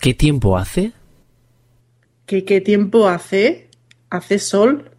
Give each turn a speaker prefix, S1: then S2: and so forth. S1: ¿Qué tiempo hace?
S2: ¿Qué, qué tiempo hace? ¿Hace sol?